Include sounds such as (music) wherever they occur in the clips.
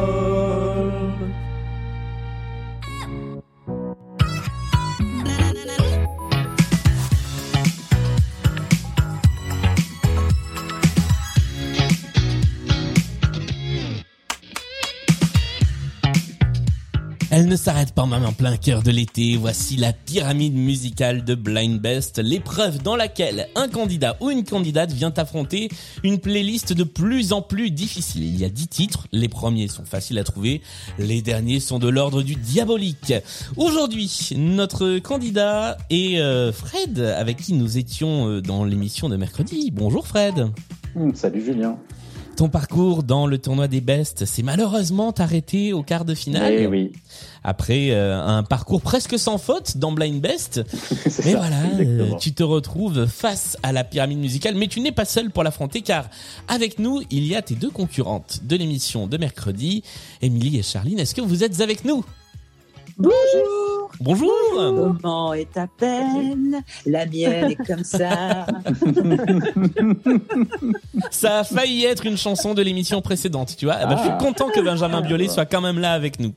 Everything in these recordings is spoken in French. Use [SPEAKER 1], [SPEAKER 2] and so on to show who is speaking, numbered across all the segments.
[SPEAKER 1] Microstodome.
[SPEAKER 2] Elle ne s'arrête pas même en plein cœur de l'été. Voici la pyramide musicale de Blind Best, l'épreuve dans laquelle un candidat ou une candidate vient affronter une playlist de plus en plus difficile. Il y a 10 titres, les premiers sont faciles à trouver, les derniers sont de l'ordre du diabolique. Aujourd'hui, notre candidat est euh, Fred, avec qui nous étions euh, dans l'émission de mercredi. Bonjour Fred.
[SPEAKER 3] Hmm, salut Julien.
[SPEAKER 2] Ton parcours dans le tournoi des Best s'est malheureusement arrêté au quart de finale
[SPEAKER 3] Eh oui, (laughs)
[SPEAKER 2] après euh, un parcours presque sans faute dans Blind Best.
[SPEAKER 3] c'est
[SPEAKER 2] Mais
[SPEAKER 3] ça.
[SPEAKER 2] voilà, euh,
[SPEAKER 3] exactement.
[SPEAKER 2] tu te retrouves face à la pyramide musicale, mais tu n'es pas seul pour l'affronter car avec nous, il y a tes deux concurrentes de l'émission de mercredi, Émilie et Charline. Est-ce que vous êtes avec nous
[SPEAKER 4] Bonjour.
[SPEAKER 2] Bonjour
[SPEAKER 4] Ah Comment est ta peine La mienne est comme (laughs) ça.
[SPEAKER 2] Ça a failli être une chanson de l'émission précédente, tu vois. Eh ben, je suis
[SPEAKER 3] Ah.
[SPEAKER 2] content que Benjamin Biolay soit quand même là avec nous.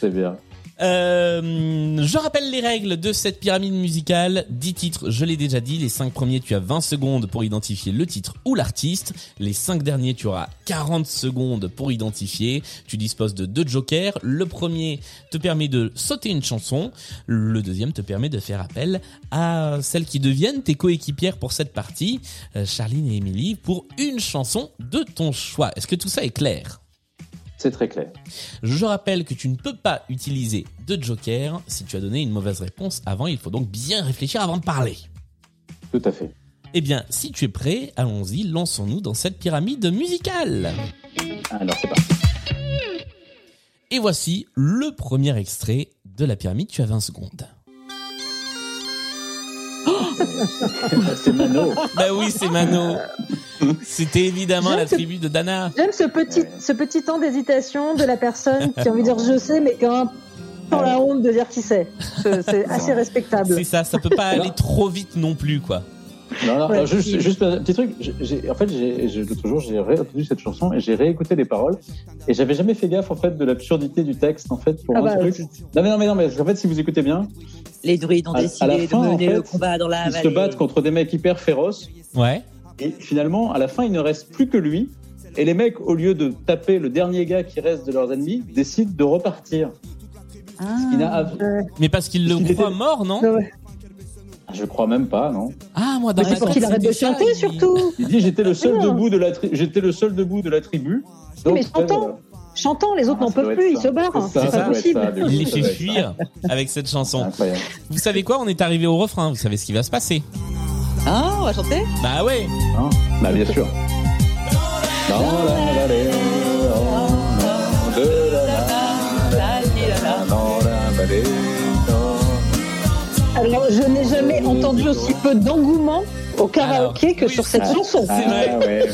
[SPEAKER 3] C'est bien.
[SPEAKER 2] Euh, je rappelle les règles de cette pyramide musicale. 10 titres, je l'ai déjà dit. Les 5 premiers, tu as 20 secondes pour identifier le titre ou l'artiste. Les 5 derniers, tu auras 40 secondes pour identifier. Tu disposes de deux jokers. Le premier te permet de sauter une chanson. Le deuxième te permet de faire appel à celles qui deviennent tes coéquipières pour cette partie, euh, Charline et Émilie, pour une chanson de ton choix. Est-ce que tout ça est clair
[SPEAKER 3] C'est très clair.
[SPEAKER 2] je rappelle que tu ne peux pas utiliser de joker si tu as donné une mauvaise réponse avant. Il faut donc bien réfléchir avant de parler.
[SPEAKER 3] Tout à fait.
[SPEAKER 2] Eh bien, si tu es prêt, allons-y, lançons-nous dans cette pyramide musicale.
[SPEAKER 3] Alors c'est parti.
[SPEAKER 2] Et voici le premier extrait de la pyramide. Tu as 20 secondes.
[SPEAKER 3] (laughs) c'est Mano.
[SPEAKER 2] Bah oui, c'est Mano. C'était évidemment la tribu de Dana.
[SPEAKER 5] J'aime ce petit,
[SPEAKER 3] Ouais.
[SPEAKER 5] ce petit temps d'hésitation de la personne qui a envie de dire je sais, mais qui a un temps la honte de dire qui c'est. C'est c'est assez respectable.
[SPEAKER 2] C'est ça, ça peut pas aller trop vite non plus, quoi.
[SPEAKER 3] Non, non,
[SPEAKER 5] Ouais.
[SPEAKER 3] alors, juste, juste un petit truc. J'ai- j'ai- en fait, j'ai- j'ai- l'autre jour, j'ai réentendu cette chanson et j'ai réécouté les paroles et j'avais jamais fait gaffe en fait de l'absurdité du texte en fait pour
[SPEAKER 5] Ah
[SPEAKER 3] moi,
[SPEAKER 5] bah,
[SPEAKER 3] ce truc. Non mais non mais non mais en fait si vous écoutez bien,
[SPEAKER 4] Les druides ont
[SPEAKER 3] À- à la
[SPEAKER 4] décidé de
[SPEAKER 3] fin, en
[SPEAKER 4] mener
[SPEAKER 3] fait,
[SPEAKER 4] le combat dans la
[SPEAKER 3] ils
[SPEAKER 4] vallée.
[SPEAKER 3] se battent contre des mecs hyper féroces
[SPEAKER 2] Ouais.
[SPEAKER 3] et finalement à la fin il ne reste plus que lui. Et les mecs, au lieu de taper le dernier gars qui reste de leurs ennemis, décident de repartir. Il
[SPEAKER 4] Ah.
[SPEAKER 3] n'a-
[SPEAKER 5] Euh,
[SPEAKER 2] Mais parce qu'il le croit mort, non
[SPEAKER 5] non, ouais.
[SPEAKER 3] Je crois même pas, non
[SPEAKER 2] Ah, moi, dans
[SPEAKER 5] Mais
[SPEAKER 2] ma
[SPEAKER 5] c'est pour
[SPEAKER 2] tête,
[SPEAKER 5] qu'il arrête de
[SPEAKER 2] c'était ça,
[SPEAKER 5] chanter
[SPEAKER 2] il-
[SPEAKER 5] surtout.
[SPEAKER 3] Il dit j'étais le seul
[SPEAKER 5] Ah,
[SPEAKER 3] debout de la tri- j'étais le seul debout de la tribu.
[SPEAKER 5] mais j'entends. Chantant, les autres
[SPEAKER 3] Ah,
[SPEAKER 5] n'en
[SPEAKER 3] ça
[SPEAKER 5] peuvent
[SPEAKER 3] doit
[SPEAKER 5] plus,
[SPEAKER 3] être
[SPEAKER 5] ils
[SPEAKER 3] ça.
[SPEAKER 5] se barrent.
[SPEAKER 3] C'est ça,
[SPEAKER 5] C'est
[SPEAKER 2] ça
[SPEAKER 5] pas
[SPEAKER 3] doit être ça,
[SPEAKER 5] possible.
[SPEAKER 3] du coup,
[SPEAKER 2] Il les
[SPEAKER 3] ça
[SPEAKER 2] fait
[SPEAKER 3] doit être
[SPEAKER 2] fuir avec cette
[SPEAKER 3] ça.
[SPEAKER 2] chanson.
[SPEAKER 3] Incroyable.
[SPEAKER 2] Vous savez quoi On est arrivé au refrain. Vous savez ce qui va se passer
[SPEAKER 4] Ah, on va chanter
[SPEAKER 2] Bah ouais.
[SPEAKER 3] Hein bah bien sûr. Dans la vallée, dans- de la- dans la vallée, dans-
[SPEAKER 5] Alors, je n'ai jamais entendu aussi peu d'engouement au karaoké que
[SPEAKER 2] oui,
[SPEAKER 5] sur cette
[SPEAKER 3] ça-
[SPEAKER 5] chanson.
[SPEAKER 3] Ah,
[SPEAKER 2] vrai.
[SPEAKER 3] ouais.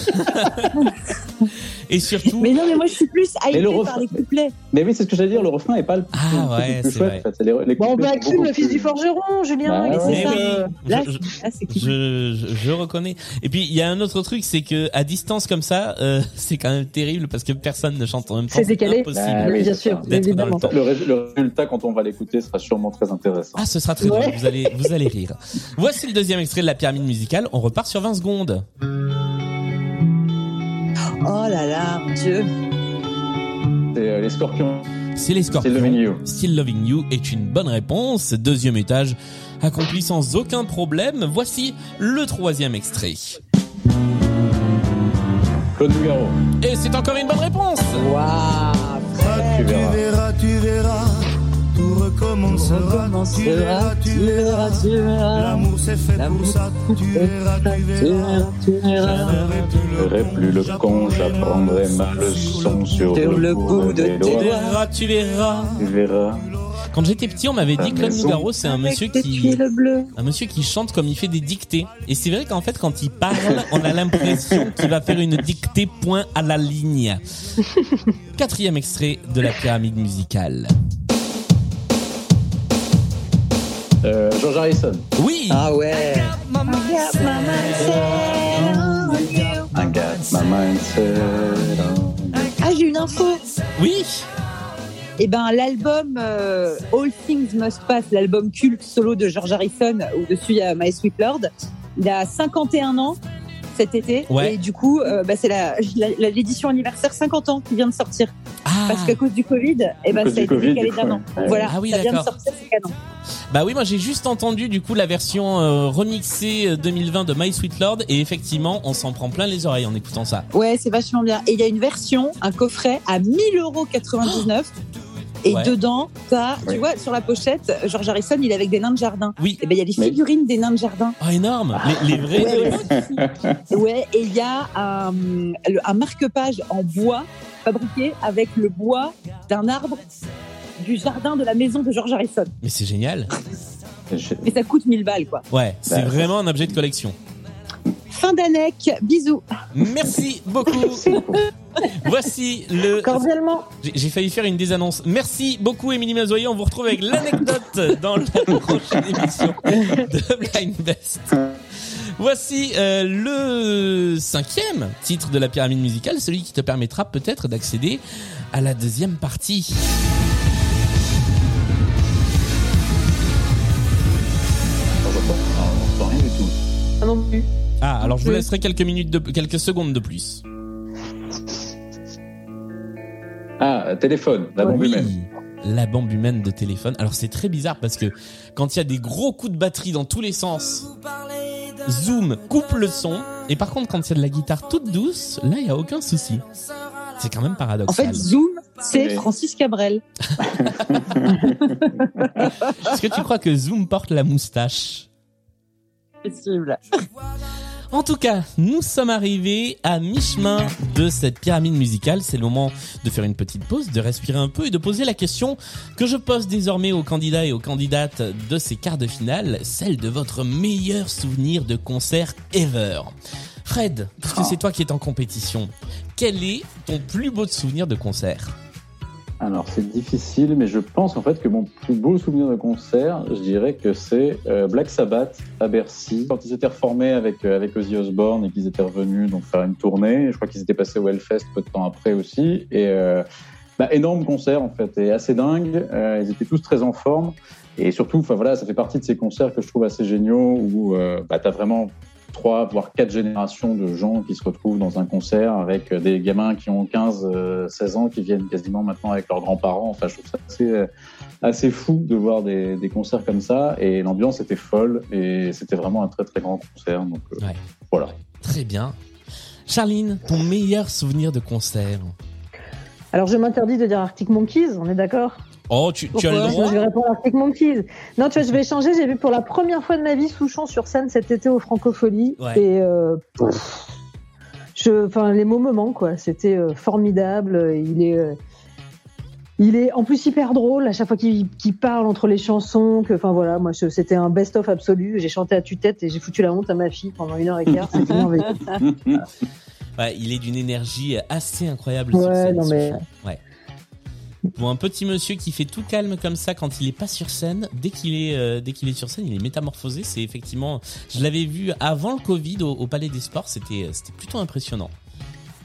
[SPEAKER 2] Et surtout.
[SPEAKER 4] Mais non, mais moi je suis plus
[SPEAKER 3] Mais
[SPEAKER 4] hypée
[SPEAKER 3] le
[SPEAKER 4] par
[SPEAKER 3] refrain-
[SPEAKER 4] les couplets.
[SPEAKER 3] Mais oui, c'est ce que j'allais dire. Le refrain est pas le plus,
[SPEAKER 2] Ah,
[SPEAKER 3] le
[SPEAKER 2] ouais,
[SPEAKER 3] plus
[SPEAKER 2] c'est vrai.
[SPEAKER 3] chouette. en fait. Les- les
[SPEAKER 5] Bon,
[SPEAKER 3] couplets
[SPEAKER 5] bah,
[SPEAKER 3] sont
[SPEAKER 5] Axime,
[SPEAKER 3] beaucoup
[SPEAKER 5] le fils
[SPEAKER 3] plus-
[SPEAKER 5] du forgeron, Julien, hein,
[SPEAKER 3] Bah,
[SPEAKER 5] et
[SPEAKER 3] ouais.
[SPEAKER 5] c'est
[SPEAKER 2] Mais
[SPEAKER 5] ça.
[SPEAKER 2] oui,
[SPEAKER 4] Là,
[SPEAKER 2] je, je-
[SPEAKER 4] là, c'est qui
[SPEAKER 2] je- je- je reconnais. Et puis il y a un autre truc, c'est que à distance comme ça, euh, (laughs) c'est quand même terrible parce que personne ne chante en même temps.
[SPEAKER 5] C'est décalé. Bah
[SPEAKER 2] impossible.
[SPEAKER 3] Ah oui,
[SPEAKER 5] bien
[SPEAKER 3] c'est
[SPEAKER 5] sûr,
[SPEAKER 3] ça.
[SPEAKER 2] D'être dans le
[SPEAKER 5] évidemment.
[SPEAKER 2] temps.
[SPEAKER 3] Le, rés- le résultat quand on va l'écouter sera sûrement très intéressant.
[SPEAKER 2] Ah, ce sera très drôle.
[SPEAKER 5] Ouais.
[SPEAKER 2] Vous allez, vous allez rire. Voici le deuxième extrait de la pyramide musicale. On repart sur 20 secondes.
[SPEAKER 4] Oh là là, mon Dieu.
[SPEAKER 3] C'est euh, les Scorpions,
[SPEAKER 2] C'est les
[SPEAKER 3] c'est
[SPEAKER 2] Scorpions.
[SPEAKER 3] le menu.
[SPEAKER 2] Still Loving You est une bonne réponse. Deuxième étage accompli sans aucun problème. Voici le troisième extrait.
[SPEAKER 3] Claude Nougaro.
[SPEAKER 2] Et c'est encore une bonne réponse.
[SPEAKER 4] Waouh,
[SPEAKER 3] Tu
[SPEAKER 4] frère.
[SPEAKER 3] verras.
[SPEAKER 6] verras, tu verras, tout recommencera.
[SPEAKER 4] Tu verras, tu verras, tu verras.
[SPEAKER 6] L'amour c'est fait
[SPEAKER 4] L'amour,
[SPEAKER 6] pour ça, tu verras, tu
[SPEAKER 4] Tu verras,
[SPEAKER 6] verras.
[SPEAKER 4] tu verras.
[SPEAKER 6] J'aurai
[SPEAKER 3] J'aurai plus le con, j'apprendrai ma leçon sur
[SPEAKER 4] Sur
[SPEAKER 3] le bout de tes
[SPEAKER 2] Tu
[SPEAKER 3] doigts.
[SPEAKER 2] verras, tu verras.
[SPEAKER 3] Tu verras.
[SPEAKER 2] Quand j'étais petit, on m'avait dit
[SPEAKER 3] Ah,
[SPEAKER 2] que Claude
[SPEAKER 3] mais-
[SPEAKER 2] Nougaro, c'est un
[SPEAKER 4] Avec
[SPEAKER 2] monsieur
[SPEAKER 4] tes
[SPEAKER 2] qui,
[SPEAKER 4] tuiles bleues.
[SPEAKER 2] un monsieur qui chante comme il fait des dictées. Et c'est vrai qu'en fait, quand il parle, on a l'impression qu'il va faire une dictée point à la
[SPEAKER 4] (laughs)
[SPEAKER 2] ligne. Quatrième extrait de la pyramide musicale.
[SPEAKER 3] Euh, George Harrison.
[SPEAKER 2] Oui!
[SPEAKER 4] Ah ouais.
[SPEAKER 3] I got my
[SPEAKER 4] Ah, j'ai une info.
[SPEAKER 2] Oui
[SPEAKER 4] Eh ben, l'album euh, All Things Must Pass, l'album culte solo de George Harrison, euh, au-dessus il y a My Sweet Lord, il a 51 ans cet été.
[SPEAKER 2] Ouais.
[SPEAKER 4] Et du coup, euh, bah, c'est la- la- la- l'édition anniversaire 50 ans qui vient de sortir.
[SPEAKER 2] Ah
[SPEAKER 4] Parce qu'à cause du Covid, eh
[SPEAKER 3] À
[SPEAKER 4] ben,
[SPEAKER 3] cause
[SPEAKER 4] ça
[SPEAKER 3] du
[SPEAKER 4] a été
[SPEAKER 3] Covid,
[SPEAKER 4] décalé
[SPEAKER 3] du
[SPEAKER 4] d'un
[SPEAKER 3] coup,
[SPEAKER 4] an.
[SPEAKER 3] ouais.
[SPEAKER 4] Voilà,
[SPEAKER 2] Ah oui,
[SPEAKER 4] ça vient de
[SPEAKER 2] d'accord.
[SPEAKER 4] sortir, c'est canon.
[SPEAKER 2] Bah oui, moi j'ai juste entendu du coup la version euh, remixée euh, 2020 de My Sweet Lord et effectivement on s'en prend plein les oreilles en écoutant ça.
[SPEAKER 4] Ouais, c'est vachement bien. Et il y a une version, un coffret à 1000,99 euros. Et
[SPEAKER 2] Ouais.
[SPEAKER 4] dedans, t'as,
[SPEAKER 3] Ouais.
[SPEAKER 4] tu vois, sur la pochette, George Harrison, il est avec des nains de jardin.
[SPEAKER 2] Oui.
[SPEAKER 4] Et ben, il y a des
[SPEAKER 3] Mais-
[SPEAKER 4] figurines des nains de jardin.
[SPEAKER 2] Oh énorme Les, les vrais de
[SPEAKER 4] Ouais,
[SPEAKER 2] l'époque.
[SPEAKER 4] Ouais, et il y a un, le- un marque-page en bois fabriqué avec le bois d'un arbre du jardin de la maison de George Harrison.
[SPEAKER 2] Mais c'est génial
[SPEAKER 3] Je-
[SPEAKER 4] Et ça coûte 1000 balles, quoi.
[SPEAKER 2] Ouais, c'est
[SPEAKER 3] Bah,
[SPEAKER 2] vraiment un objet de collection.
[SPEAKER 4] Fin d'année, bisous.
[SPEAKER 2] Merci beaucoup Voici le...
[SPEAKER 5] (laughs) Cordialement.
[SPEAKER 2] J'ai j'ai failli faire une désannonce. Merci beaucoup Émilie Mazoyer, on vous retrouve avec l'anecdote dans la prochaine émission de Blind Best. Voici euh, le cinquième titre de la pyramide musicale, celui qui te permettra peut-être d'accéder à la deuxième partie.
[SPEAKER 3] J'en vois pas. Non, j'en vois rien du tout.
[SPEAKER 5] Ah non plus.
[SPEAKER 2] Ah, alors je vous
[SPEAKER 5] Oui.
[SPEAKER 2] laisserai quelques minutes de quelques secondes de plus.
[SPEAKER 3] Ah, téléphone, la bombe
[SPEAKER 2] Oui,
[SPEAKER 3] humaine.
[SPEAKER 2] la bande humaine de téléphone. Alors c'est très bizarre parce que quand il y a des gros coups de batterie dans tous les sens, zoom, coupe le son. Et par contre, quand il y a de la guitare toute douce, là, il n'y a aucun souci. C'est quand même
[SPEAKER 4] En
[SPEAKER 2] paradoxal.
[SPEAKER 4] fait, Zoom, c'est
[SPEAKER 3] Oui.
[SPEAKER 4] Francis Cabrel.
[SPEAKER 2] Est-ce que tu crois que Zoom porte la moustache
[SPEAKER 4] Possible.
[SPEAKER 2] En tout cas, nous sommes arrivés à mi-chemin de cette pyramide musicale. C'est le moment de faire une petite pause, de respirer un peu et de poser la question que je pose désormais aux candidats et aux candidates de ces quarts de finale, celle de votre meilleur souvenir de concert ever. Fred, puisque c'est toi qui es en compétition, quel est ton plus beau souvenir de concert
[SPEAKER 3] Alors, c'est difficile, mais je pense en fait que mon plus beau souvenir de concert, je dirais que c'est euh, Black Sabbath à Bercy. Quand ils s'étaient reformés avec, euh, avec Ozzy Osbourne et qu'ils étaient revenus donc, faire une tournée, je crois qu'ils étaient passés au Hellfest peu de temps après aussi. Et euh, bah, énorme concert en fait, et assez dingue. Euh, ils étaient tous très en forme. Et surtout, enfin voilà, ça fait partie de ces concerts que je trouve assez géniaux où euh, bah, t'as vraiment trois voire quatre générations de gens qui se retrouvent dans un concert avec euh, des gamins qui ont 15, euh, 16 ans qui viennent quasiment maintenant avec leurs grands-parents. Enfin, je trouve ça assez, euh, assez fou de voir des, des concerts comme ça. Et l'ambiance était folle et c'était vraiment un très très grand concert. Donc euh,
[SPEAKER 2] Ouais.
[SPEAKER 3] voilà.
[SPEAKER 2] Très bien. Charline, ton meilleur souvenir de concert
[SPEAKER 5] Alors je m'interdis de dire Arctic Monkeys, on est d'accord
[SPEAKER 2] Oh, tu, tu as le
[SPEAKER 5] Pourquoi
[SPEAKER 2] droit
[SPEAKER 5] Je vais répondre à Arctic Monkeys. Non, tu vois, je vais changer. J'ai vu pour la première fois de ma vie Souchon sur scène cet été au Francofolie.
[SPEAKER 2] Ouais.
[SPEAKER 5] Et euh, pff, je, enfin, les mots me manquent, quoi. C'était euh, formidable. Il est. euh, il est en plus hyper drôle à chaque fois qu'il qu'il parle entre les chansons. Que, enfin voilà, moi je- c'était un best-of absolu. J'ai chanté à tue-tête et j'ai foutu la honte à ma fille pendant une heure et quart. C'était merveilleux.
[SPEAKER 2] Ouais, il est d'une énergie assez incroyable. sur
[SPEAKER 5] Ouais,
[SPEAKER 2] scène,
[SPEAKER 5] non,
[SPEAKER 2] ce
[SPEAKER 5] mais-
[SPEAKER 2] chant. Ouais. Bon, un petit monsieur qui fait tout calme comme ça quand il est pas sur scène, dès qu'il est, euh, dès qu'il est sur scène, il est métamorphosé. C'est effectivement, je l'avais vu avant le Covid au, au Palais des Sports, c'était, euh, c'était plutôt impressionnant.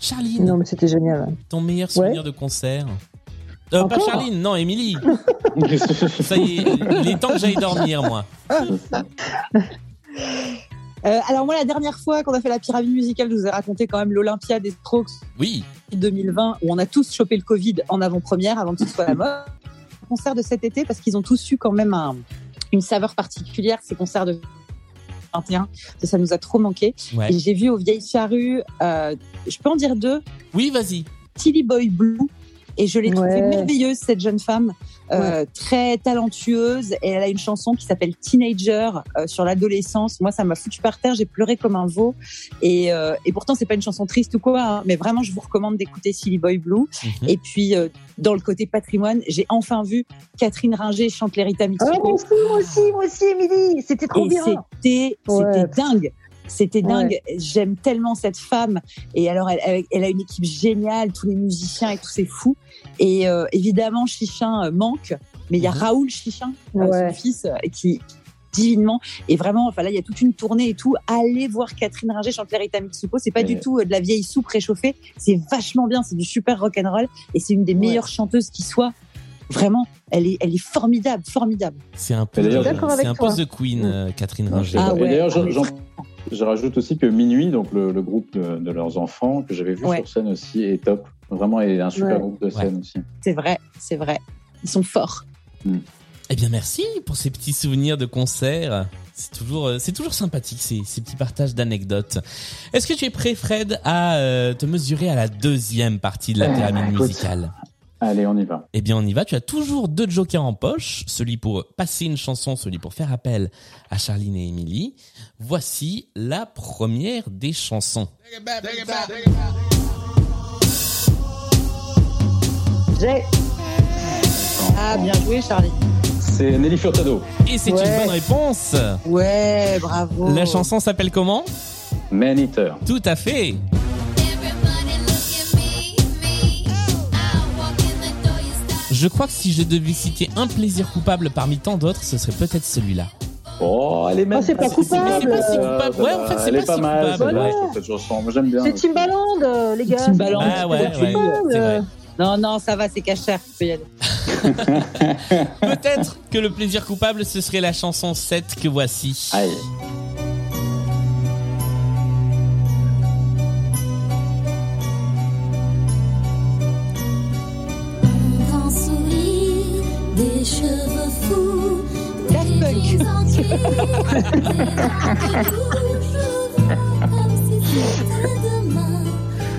[SPEAKER 2] Charline,
[SPEAKER 5] Non mais c'était génial.
[SPEAKER 2] ton meilleur souvenir de concert euh, Pas
[SPEAKER 5] Encore
[SPEAKER 2] Charline, non, Émilie. Ça y est, il est temps que j'aille dormir, moi.
[SPEAKER 4] Euh, alors moi, la dernière fois qu'on a fait la pyramide musicale, je vous ai raconté quand même l'Olympia des Strokes
[SPEAKER 2] Oui,
[SPEAKER 4] 2020 où on a tous chopé le Covid en avant-première avant que ce soit la mort. Concert de cet été parce qu'ils ont tous eu quand même un- une saveur particulière ces concerts de 21 ça, ça nous a trop manqué
[SPEAKER 2] ouais.
[SPEAKER 4] et j'ai vu aux vieilles charrues euh, je peux en dire deux
[SPEAKER 2] Oui, vas-y.
[SPEAKER 4] Tilly Boy Blue et je l'ai trouvée
[SPEAKER 5] Ouais.
[SPEAKER 4] merveilleuse cette jeune femme euh, très talentueuse et elle a une chanson qui s'appelle Teenager euh, sur l'adolescence moi ça m'a foutu par terre j'ai pleuré comme un veau et, euh, et pourtant c'est pas une chanson triste ou quoi hein, mais vraiment je vous recommande d'écouter Tilly Boy Blue
[SPEAKER 2] Mhm.
[SPEAKER 4] et puis euh, dans le côté patrimoine j'ai enfin vu Catherine Ringer chanter l'Erita
[SPEAKER 5] Ah,
[SPEAKER 4] Mitsuko
[SPEAKER 5] moi aussi, moi aussi, moi aussi, Émilie. C'était trop
[SPEAKER 4] et
[SPEAKER 5] bien.
[SPEAKER 4] c'était
[SPEAKER 5] Ouais.
[SPEAKER 4] c'était dingue. C'était
[SPEAKER 5] Ouais.
[SPEAKER 4] dingue. J'aime tellement cette femme. Et alors, elle- elle, elle a une équipe géniale, tous les musiciens et tout, c'est fou. Et euh, évidemment, Chichin euh, manque, mais il y a
[SPEAKER 2] Mhm.
[SPEAKER 4] Raoul Chichin, euh,
[SPEAKER 5] Ouais.
[SPEAKER 4] son fils, euh, qui divinement. Et vraiment, enfin là, il y a toute une tournée et tout. Allez voir Catherine Ringer chanter Rita Mitsuko. C'est pas
[SPEAKER 3] Mais-
[SPEAKER 4] du tout euh, de la vieille soupe réchauffée. C'est vachement bien. C'est du super rock'n'roll. Et c'est une des meilleures chanteuses qui soit. Vraiment, elle est, elle est formidable, formidable.
[SPEAKER 2] C'est un peu,
[SPEAKER 3] Et d'ailleurs,
[SPEAKER 5] D'accord avec
[SPEAKER 2] c'est un peu
[SPEAKER 5] toi.
[SPEAKER 2] The Queen, euh, Catherine
[SPEAKER 3] Non,
[SPEAKER 2] Ringer.
[SPEAKER 3] je sais pas.
[SPEAKER 4] Ah
[SPEAKER 3] Et
[SPEAKER 4] ouais,
[SPEAKER 3] d'ailleurs,
[SPEAKER 4] ah
[SPEAKER 3] je-
[SPEAKER 4] mais
[SPEAKER 3] j'en- je rajoute aussi que Minuit, donc le, le groupe de, de leurs enfants que j'avais vu
[SPEAKER 4] Ouais.
[SPEAKER 3] sur scène aussi, est top. Vraiment, il est un super
[SPEAKER 5] Ouais.
[SPEAKER 3] groupe de scène aussi.
[SPEAKER 4] C'est vrai, c'est vrai. Ils sont forts.
[SPEAKER 2] Eh bien, merci pour ces petits souvenirs de concerts. C'est toujours, euh, c'est toujours sympathique ces, ces petits partages d'anecdotes. Est-ce que tu es prêt, Fred, à euh, te mesurer à la deuxième partie de la
[SPEAKER 3] Euh,
[SPEAKER 2] pyramide
[SPEAKER 3] écoute.
[SPEAKER 2] musicale
[SPEAKER 3] Allez, on y va.
[SPEAKER 2] Eh bien, on y va. Tu as toujours deux jokers en poche. Celui pour passer une chanson, celui pour faire appel à Charline et Émilie. Voici la première des chansons.
[SPEAKER 5] J'ai.
[SPEAKER 4] Ah, bien joué, Charlie.
[SPEAKER 3] C'est Nelly Furtado.
[SPEAKER 2] Et c'est une
[SPEAKER 5] Ouais.
[SPEAKER 2] bonne réponse.
[SPEAKER 4] Ouais, bravo.
[SPEAKER 3] Oh.
[SPEAKER 2] La chanson s'appelle comment
[SPEAKER 3] Man Eater.
[SPEAKER 2] Tout à fait. Je crois que si je devais citer un plaisir coupable parmi tant d'autres, ce serait peut-être celui-là.
[SPEAKER 3] Oh, elle est
[SPEAKER 5] Oh, c'est pas
[SPEAKER 3] magnifique.
[SPEAKER 5] coupable.
[SPEAKER 3] Mais
[SPEAKER 5] C'est pas si
[SPEAKER 2] coupable. Ouais, en fait, c'est
[SPEAKER 3] Elle
[SPEAKER 2] pas
[SPEAKER 3] est pas
[SPEAKER 2] si
[SPEAKER 3] mal.
[SPEAKER 2] coupable,
[SPEAKER 3] celle-là,
[SPEAKER 5] ouais.
[SPEAKER 3] je trouve, Cette chanson, moi j'aime bien.
[SPEAKER 5] C'est Timbaland, euh, les gars.
[SPEAKER 4] Timbaland.
[SPEAKER 2] Ah ouais,
[SPEAKER 4] c'est
[SPEAKER 2] ouais,
[SPEAKER 5] coupable.
[SPEAKER 2] c'est vrai.
[SPEAKER 4] Non, non, ça va, c'est cachère. Tu peux y aller.
[SPEAKER 2] Peut-être que le plaisir coupable, ce serait la chanson 7 que voici.
[SPEAKER 3] Aïe.
[SPEAKER 1] Grand sourire, des cheveux fous,
[SPEAKER 4] Daft
[SPEAKER 1] des
[SPEAKER 4] Punk.
[SPEAKER 1] jeans en cuir, des larmes toujours, comme si c'était demain,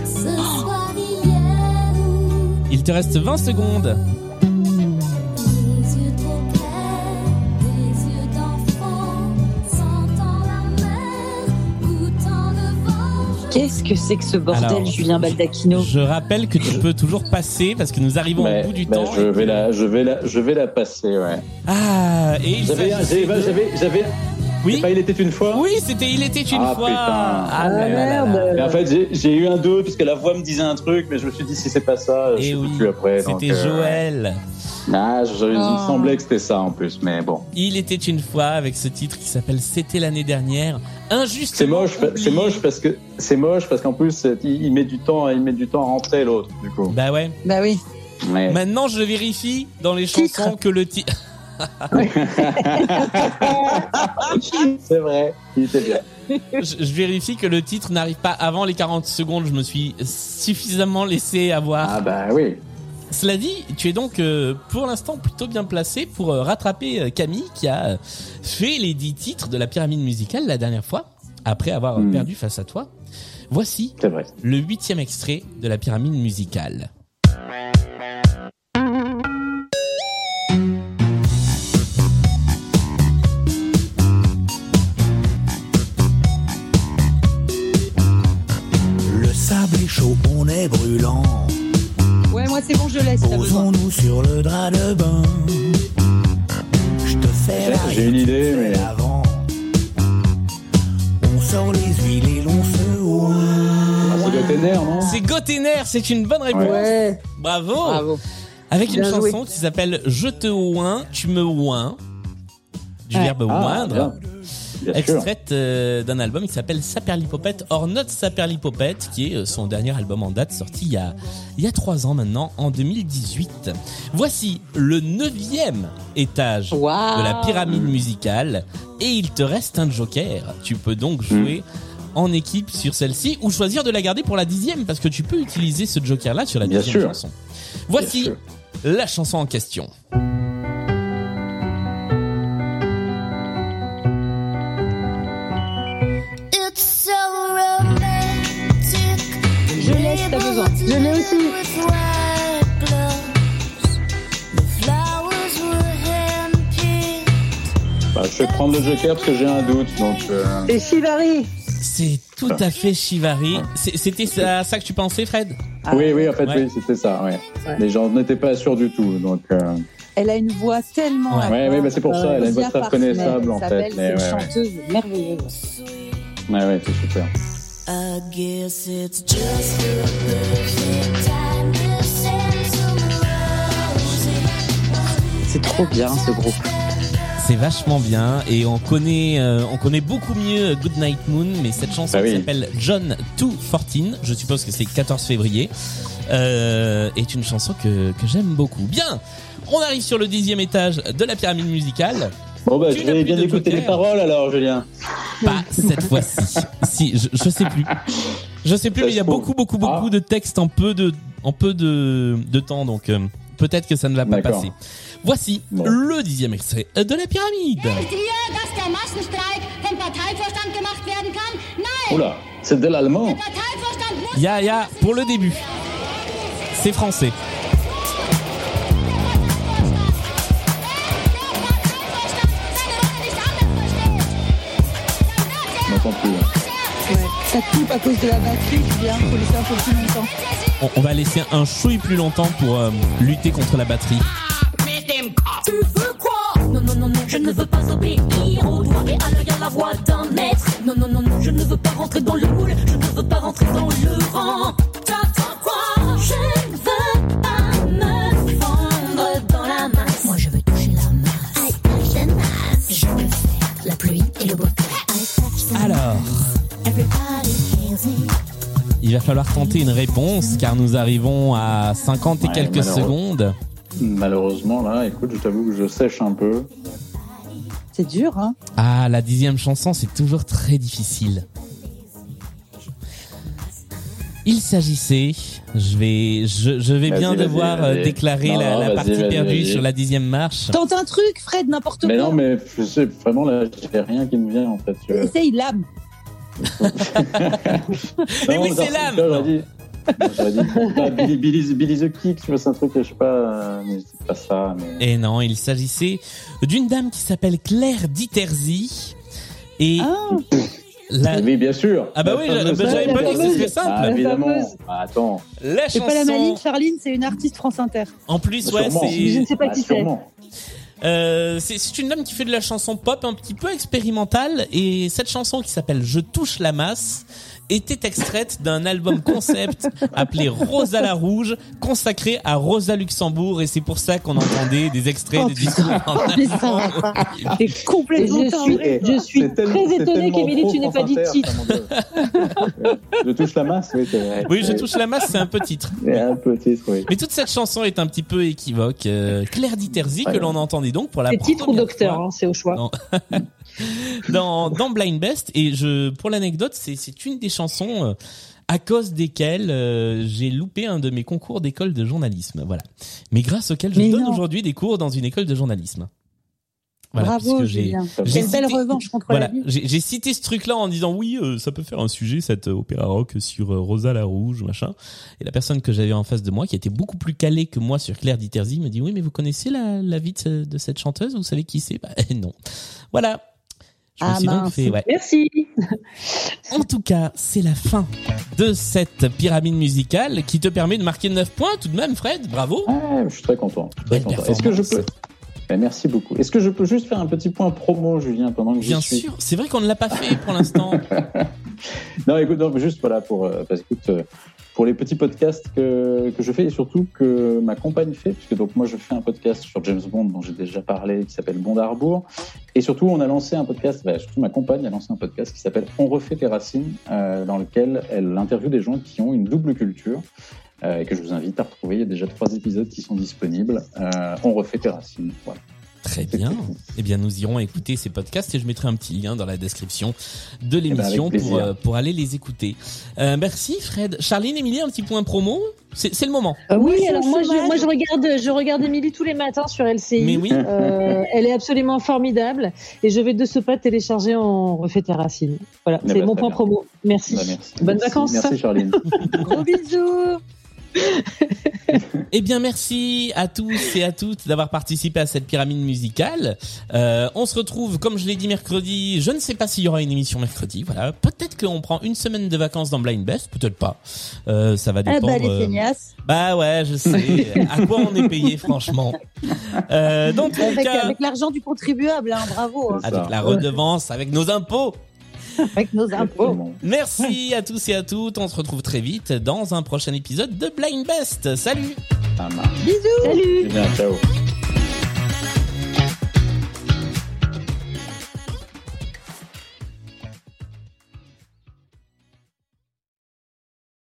[SPEAKER 1] ce soir, hier ou
[SPEAKER 2] Il te reste 20 secondes.
[SPEAKER 1] des yeux trop clairs, des yeux d'enfant, sentant la mer, goûtant le vent.
[SPEAKER 4] Qu'est-ce que c'est que ce bordel,
[SPEAKER 2] Alors,
[SPEAKER 4] Julien Baldacchino
[SPEAKER 2] Je rappelle que tu peux toujours passer parce que nous arrivons
[SPEAKER 3] Mais-
[SPEAKER 2] au bout du
[SPEAKER 3] mais
[SPEAKER 2] temps.
[SPEAKER 3] ben, je, vais la, je, vais la, je vais la passer, ouais.
[SPEAKER 2] Ah, et il
[SPEAKER 3] J'avais.
[SPEAKER 2] s'agissait de-
[SPEAKER 3] j'avais- J'avais. j'avais-
[SPEAKER 2] Oui,
[SPEAKER 3] Pas, il était une fois
[SPEAKER 2] oui c'était Il était une
[SPEAKER 3] Ah,
[SPEAKER 2] fois.
[SPEAKER 3] putain.
[SPEAKER 2] là,
[SPEAKER 3] Ah,
[SPEAKER 2] là, là.
[SPEAKER 5] merde.
[SPEAKER 3] Mais en fait, j'ai- j'ai eu un doute, parce que la voix me disait un truc, mais je me suis dit, si c'est pas ça, euh, je
[SPEAKER 2] Eh
[SPEAKER 3] suis
[SPEAKER 2] oui,
[SPEAKER 3] foutu après. donc,
[SPEAKER 2] C'était
[SPEAKER 3] euh,
[SPEAKER 2] Joël.
[SPEAKER 3] Ah, je- il
[SPEAKER 4] Oh.
[SPEAKER 3] me semblait que c'était ça en plus, mais bon.
[SPEAKER 2] Il était une fois avec ce titre qui s'appelle C'était l'année dernière. Injuste.
[SPEAKER 3] C'est moche, pa- c'est moche parce que c'est moche parce qu'en plus c'est- il il met du temps, il met du temps à rentrer l'autre du coup.
[SPEAKER 2] Bah ouais.
[SPEAKER 4] Bah oui.
[SPEAKER 3] Ouais.
[SPEAKER 2] Maintenant, je vérifie dans les
[SPEAKER 4] Titre.
[SPEAKER 2] chansons que le titre.
[SPEAKER 3] ah, C'est vrai, il était bien.
[SPEAKER 2] (laughs) je, je vérifie que le titre n'arrive pas avant les 40 secondes. Je me suis suffisamment laissé avoir.
[SPEAKER 3] Ah bah oui.
[SPEAKER 2] Cela dit, tu es donc euh, pour l'instant plutôt bien placé pour euh, rattraper euh, Camille qui a euh, fait les 10 titres de la pyramide musicale la dernière fois, après avoir euh,
[SPEAKER 3] Hmm.
[SPEAKER 2] perdu face à toi. Voici
[SPEAKER 3] C'est vrai.
[SPEAKER 2] le huitième extrait de la pyramide musicale.
[SPEAKER 6] Le sable est chaud, on est brûlant.
[SPEAKER 4] Ouais, moi c'est bon, je laisse. t'as besoin.
[SPEAKER 6] Posons-nous sur le drap de bain. Je te fais la
[SPEAKER 3] J'ai une idée, mais-
[SPEAKER 6] avant. On sort les huiles et l'on se oint.
[SPEAKER 3] Ah, c'est doit être nerf, non
[SPEAKER 2] C'est Gotener, c'est une bonne réponse.
[SPEAKER 5] Ouais.
[SPEAKER 2] Bravo.
[SPEAKER 4] Bravo.
[SPEAKER 2] Avec une
[SPEAKER 5] Bien joué.
[SPEAKER 2] chanson qui s'appelle Je te oins, tu me oins. Du
[SPEAKER 4] Ouais.
[SPEAKER 2] verbe
[SPEAKER 3] Ah,
[SPEAKER 2] oindre.
[SPEAKER 3] bien. Bien sûr.
[SPEAKER 2] extraite euh, d'un album qui s'appelle Saperlipopette, or not Saperlipopette, qui est euh, son dernier album en date sorti il y a, il y a trois ans maintenant, en 2018. Voici le neuvième étage
[SPEAKER 4] Waouh.
[SPEAKER 2] de la pyramide musicale, et il te reste un joker. Tu peux donc
[SPEAKER 3] Hmm.
[SPEAKER 2] jouer en équipe sur celle-ci, ou choisir de la garder pour la dixième, parce que tu peux utiliser ce joker-là sur la
[SPEAKER 3] Bien
[SPEAKER 2] dixième
[SPEAKER 3] sûr.
[SPEAKER 2] chanson. Voici
[SPEAKER 3] sûr.
[SPEAKER 2] la chanson en question.
[SPEAKER 1] It's so romantic.
[SPEAKER 4] Je laisse, t'as besoin.
[SPEAKER 5] Je l'ai aussi.
[SPEAKER 3] Bah, je vais prendre le joker parce que j'ai un doute, donc. euh,
[SPEAKER 5] Et Chivari.
[SPEAKER 2] C'est tout
[SPEAKER 3] Ah.
[SPEAKER 2] à fait Chivari. C'est- C'était ça, ça que tu pensais, Fred
[SPEAKER 4] Ah,
[SPEAKER 3] oui, oui, en fait,
[SPEAKER 2] Ouais.
[SPEAKER 3] oui, c'était ça. Ouais.
[SPEAKER 5] Ouais.
[SPEAKER 3] Mais j'en étais pas sûr du tout, donc. euh,
[SPEAKER 4] Elle a une voix tellement. Euh,
[SPEAKER 2] Ouais.
[SPEAKER 4] à
[SPEAKER 3] Ouais,
[SPEAKER 4] part.
[SPEAKER 3] ouais, mais c'est pour ça, elle a une voix
[SPEAKER 4] Olivia
[SPEAKER 3] très
[SPEAKER 4] Parsons,
[SPEAKER 3] reconnaissable, en
[SPEAKER 4] elle
[SPEAKER 3] fait,
[SPEAKER 4] s'appelle,
[SPEAKER 3] mais
[SPEAKER 4] C'est
[SPEAKER 3] ouais,
[SPEAKER 4] une
[SPEAKER 3] ouais.
[SPEAKER 4] chanteuse merveilleuse.
[SPEAKER 3] Ouais, ouais, c'est super.
[SPEAKER 1] I guess it's just the perfect time to send some roses.
[SPEAKER 4] C'est trop bien ce groupe.
[SPEAKER 2] C'est vachement bien et on connaît euh, on connaît beaucoup mieux Good Night Moon mais cette chanson
[SPEAKER 3] Bah oui.
[SPEAKER 2] qui s'appelle John 214, je suppose que c'est 14 février, euh, est une chanson que, que j'aime beaucoup. Bien, on arrive sur le dixième étage de la pyramide musicale.
[SPEAKER 3] Bon, bah,
[SPEAKER 2] Tu
[SPEAKER 3] je
[SPEAKER 2] n'as plus
[SPEAKER 3] vais bien
[SPEAKER 2] de
[SPEAKER 3] écouter
[SPEAKER 2] poker.
[SPEAKER 3] les paroles alors, Julien.
[SPEAKER 2] Pas cette fois-ci. Si, je, je sais plus. Je sais plus,
[SPEAKER 3] Ça
[SPEAKER 2] mais il y a
[SPEAKER 3] se trouve. Ah.
[SPEAKER 2] beaucoup, beaucoup, beaucoup de textes en peu de, en peu de, de temps, donc euh, peut-être que ça ne va pas
[SPEAKER 3] D'accord.
[SPEAKER 2] passer. Voici
[SPEAKER 3] Bon.
[SPEAKER 2] le dixième extrait de la pyramide.
[SPEAKER 7] Denkt ihr, dass der Massenstreik vom Parteivorstand gemacht werden kann? Nein!
[SPEAKER 3] Oula, c'est de l'allemand.
[SPEAKER 7] Der Parteivorstand muss...
[SPEAKER 2] Il y a, il y a, pour le début, c'est français.
[SPEAKER 3] On n'entend plus.
[SPEAKER 2] hein.
[SPEAKER 4] Ça coupe à cause de la batterie, Julien. Faut laisser un peu plus longtemps.
[SPEAKER 2] On, on va laisser un chouille plus longtemps pour euh, lutter contre la batterie.
[SPEAKER 1] Tu veux quoi Non, non, non, non, je ne veux pas obéir au doigt et à l'œil à la voix d'un maître. Non, non, non, non, je ne veux pas rentrer dans le moule, je ne veux pas rentrer dans le rang. T'attends quoi Je ne veux pas me fondre dans la masse. Moi, je veux toucher la masse. I touch the mass. Je veux faire la pluie et le beau temps. I touch the
[SPEAKER 2] Alors,
[SPEAKER 1] Everybody hears it.
[SPEAKER 2] il va falloir tenter une réponse car nous arrivons à 50 et
[SPEAKER 3] Ouais,
[SPEAKER 2] quelques
[SPEAKER 3] malheureux.
[SPEAKER 2] secondes.
[SPEAKER 3] Malheureusement, là, écoute, je t'avoue que je sèche un peu.
[SPEAKER 4] C'est dur, hein
[SPEAKER 2] Ah, la dixième chanson, c'est toujours très difficile. Il s'agissait, je vais, je, je vais
[SPEAKER 3] Vas-y,
[SPEAKER 2] bien
[SPEAKER 3] vas-y,
[SPEAKER 2] devoir euh,
[SPEAKER 3] vas-y.
[SPEAKER 2] déclarer
[SPEAKER 3] Non,
[SPEAKER 2] la,
[SPEAKER 3] non,
[SPEAKER 2] la
[SPEAKER 3] vas-y,
[SPEAKER 2] partie
[SPEAKER 3] vas-y,
[SPEAKER 2] perdue
[SPEAKER 3] vas-y.
[SPEAKER 2] sur la dixième marche.
[SPEAKER 4] Tente un truc, Fred, n'importe
[SPEAKER 3] Mais
[SPEAKER 4] quoi.
[SPEAKER 3] non, mais je sais, vraiment, là, j'ai rien qui me vient,
[SPEAKER 2] (laughs)
[SPEAKER 3] en fait. tu vois.
[SPEAKER 4] Essaye l'âme.
[SPEAKER 2] Mais
[SPEAKER 3] Non,
[SPEAKER 2] oui,
[SPEAKER 3] mais
[SPEAKER 2] c'est
[SPEAKER 3] genre,
[SPEAKER 2] l'âme.
[SPEAKER 3] tu vois, J'aurais dit, j'aurais dit bah, Billy, Billy, Billy the Kick, tu vois, c'est un truc, je sais pas, euh, mais c'est pas ça. Mais...
[SPEAKER 2] Et Eh non, il s'agissait d'une dame qui s'appelle Claire Diterzi. Et
[SPEAKER 4] Ah,
[SPEAKER 2] la,
[SPEAKER 3] Oui, bien sûr.
[SPEAKER 2] Ah bah oui,
[SPEAKER 3] La
[SPEAKER 2] j'a-
[SPEAKER 3] fameuse-
[SPEAKER 2] bah,
[SPEAKER 5] j'avais pas dit que ce
[SPEAKER 2] serait simple. Bah,
[SPEAKER 3] Ah,
[SPEAKER 5] La
[SPEAKER 3] évidemment.
[SPEAKER 5] fameuse.
[SPEAKER 3] Ah, attends.
[SPEAKER 2] la
[SPEAKER 4] c'est pas la
[SPEAKER 2] chanson,
[SPEAKER 4] maligne, Charline, c'est une artiste France Inter.
[SPEAKER 2] en plus, ouais,
[SPEAKER 3] Sûrement.
[SPEAKER 5] Je ne
[SPEAKER 2] c'est
[SPEAKER 5] sais pas
[SPEAKER 3] Ah,
[SPEAKER 5] qui c'est.
[SPEAKER 3] sûrement.
[SPEAKER 2] euh, c'est c'est une dame qui fait de la chanson pop un petit peu expérimentale. Et cette chanson qui s'appelle Je touche la masse était extraite d'un album
[SPEAKER 4] (laughs)
[SPEAKER 2] concept appelé Rosa la Rouge, consacré à Rosa Luxembourg. Et c'est pour ça qu'on entendait des extraits
[SPEAKER 4] (laughs) Oh,
[SPEAKER 2] des discours. en
[SPEAKER 4] Mais ça va pas. T'es
[SPEAKER 5] Et
[SPEAKER 4] complètement
[SPEAKER 5] Ah. je suis,
[SPEAKER 4] timbré.
[SPEAKER 5] je suis
[SPEAKER 3] C'est tellement-
[SPEAKER 5] très
[SPEAKER 3] c'est
[SPEAKER 5] étonnée
[SPEAKER 3] tellement
[SPEAKER 5] qu'Émilie,
[SPEAKER 3] pro
[SPEAKER 5] tu n'aies pas
[SPEAKER 3] France
[SPEAKER 5] dit le
[SPEAKER 3] Inter,
[SPEAKER 5] titre.
[SPEAKER 3] ça, mon Dieu. je touche la masse, oui. c'est-
[SPEAKER 2] Oui, Je touche la masse, c'est un peu titre.
[SPEAKER 3] C'est un peu titre, oui.
[SPEAKER 2] Mais toute cette chanson est un petit peu équivoque. Euh, Claire Diterzi, que
[SPEAKER 3] Ouais.
[SPEAKER 2] l'on entendait donc pour la
[SPEAKER 5] C'est
[SPEAKER 2] première
[SPEAKER 5] titre ou docteur,
[SPEAKER 2] fois.
[SPEAKER 5] hein, c'est au choix.
[SPEAKER 2] Non. dans, dans Blind Best et je pour l'anecdote c'est c'est une des chansons euh, à cause desquelles euh, j'ai loupé un de mes concours d'école de journalisme voilà mais grâce auquel je
[SPEAKER 4] Mais
[SPEAKER 2] donne
[SPEAKER 4] non.
[SPEAKER 2] aujourd'hui des cours dans une école de journalisme
[SPEAKER 4] Bravo,
[SPEAKER 2] puisque j'ai-
[SPEAKER 4] Julien.
[SPEAKER 2] j'ai
[SPEAKER 4] Quelle belle
[SPEAKER 2] cité-
[SPEAKER 4] revanche contre
[SPEAKER 2] voilà,
[SPEAKER 4] la vie.
[SPEAKER 2] j'ai j'ai cité ce truc-là en disant oui, euh, ça peut faire un sujet cette euh, opéra rock sur euh, Rosa la Rouge, machin. Et la personne que j'avais en face de moi, qui était beaucoup plus calée que moi sur Claire Diterzi, me dit oui, mais vous connaissez la, la vie de, ce- de cette chanteuse Vous savez qui c'est Bah (laughs) eh, non. Voilà. Je me
[SPEAKER 4] Ah,
[SPEAKER 2] suis donc
[SPEAKER 4] mince.
[SPEAKER 2] fait, ouais.
[SPEAKER 5] Merci.
[SPEAKER 2] En tout cas, c'est la fin de cette pyramide musicale qui te permet de marquer 9 points tout de même, Fred. Bravo.
[SPEAKER 3] Ouais, je suis très content. je suis très
[SPEAKER 2] Belle
[SPEAKER 3] content. Est-ce que je peux
[SPEAKER 2] performance.
[SPEAKER 3] Ben, Merci beaucoup. Est-ce que je peux juste faire un petit point promo, Julien, pendant que j'y
[SPEAKER 2] Bien
[SPEAKER 3] suis
[SPEAKER 2] sûr. C'est vrai qu'on ne l'a pas fait pour l'instant.
[SPEAKER 3] Non, écoute, donc juste voilà pour euh, parce que, écoute, euh, pour les petits podcasts que, que je fais et surtout que ma compagne fait, puisque donc moi je fais un podcast sur James Bond dont j'ai déjà parlé qui s'appelle Bond Arbour, et surtout on a lancé un podcast, bah, surtout ma compagne a lancé un podcast qui s'appelle On refait tes racines, euh, dans lequel elle interviewe des gens qui ont une double culture. euh, et que je vous invite à retrouver. Il y a déjà trois épisodes qui sont disponibles. Euh, on refait tes racines. Voilà.
[SPEAKER 2] Très bien. Eh bien, nous irons écouter ces podcasts et je mettrai un petit lien dans la description de
[SPEAKER 3] ben,
[SPEAKER 2] l'émission
[SPEAKER 3] avec
[SPEAKER 2] pour,
[SPEAKER 3] plaisir.
[SPEAKER 2] euh, pour aller les écouter. Euh, merci Fred. Charline, Émilie, un petit point promo C'est c'est le moment.
[SPEAKER 5] Euh, oui,
[SPEAKER 4] Moi,
[SPEAKER 5] alors
[SPEAKER 4] c'est au
[SPEAKER 5] moi je,
[SPEAKER 4] chômage.
[SPEAKER 5] moi je regarde je regarde Émilie tous les matins sur LCI.
[SPEAKER 2] Mais oui.
[SPEAKER 5] Euh, elle est absolument formidable et je vais de ce pas télécharger en refait tes racines. Voilà,
[SPEAKER 3] Eh
[SPEAKER 5] c'est
[SPEAKER 3] ben,
[SPEAKER 5] mon
[SPEAKER 3] très
[SPEAKER 5] point
[SPEAKER 3] bien.
[SPEAKER 5] promo. Merci.
[SPEAKER 3] Bah, merci.
[SPEAKER 5] Bonnes
[SPEAKER 3] Merci.
[SPEAKER 5] vacances.
[SPEAKER 2] (laughs)
[SPEAKER 3] Merci Charline.
[SPEAKER 4] Gros bisous.
[SPEAKER 2] Eh bien, merci à tous et à toutes d'avoir participé à cette pyramide musicale. Euh, on se retrouve, comme je l'ai dit mercredi, je ne sais pas s'il y aura une émission mercredi. Voilà, peut-être qu'on prend une semaine de vacances dans Blind Best, peut-être pas. Euh, ça va
[SPEAKER 4] Ah
[SPEAKER 2] dépendre.
[SPEAKER 4] bah, les
[SPEAKER 2] euh,
[SPEAKER 4] feignasses.
[SPEAKER 2] bah ouais, je sais.
[SPEAKER 4] (laughs)
[SPEAKER 2] à quoi on est payé, franchement. Euh, dans tous les
[SPEAKER 4] Avec,
[SPEAKER 2] cas,
[SPEAKER 4] avec l'argent du contribuable, hein, bravo. hein.
[SPEAKER 3] C'est ça.
[SPEAKER 2] avec la redevance, avec nos impôts.
[SPEAKER 4] Avec nos impôts.
[SPEAKER 3] Exactement.
[SPEAKER 2] Merci à tous et à toutes. On se retrouve très vite dans un prochain épisode de Blind Best. Salut
[SPEAKER 3] Ça marche.
[SPEAKER 4] Bisous.
[SPEAKER 5] Salut.
[SPEAKER 3] Julien, ciao.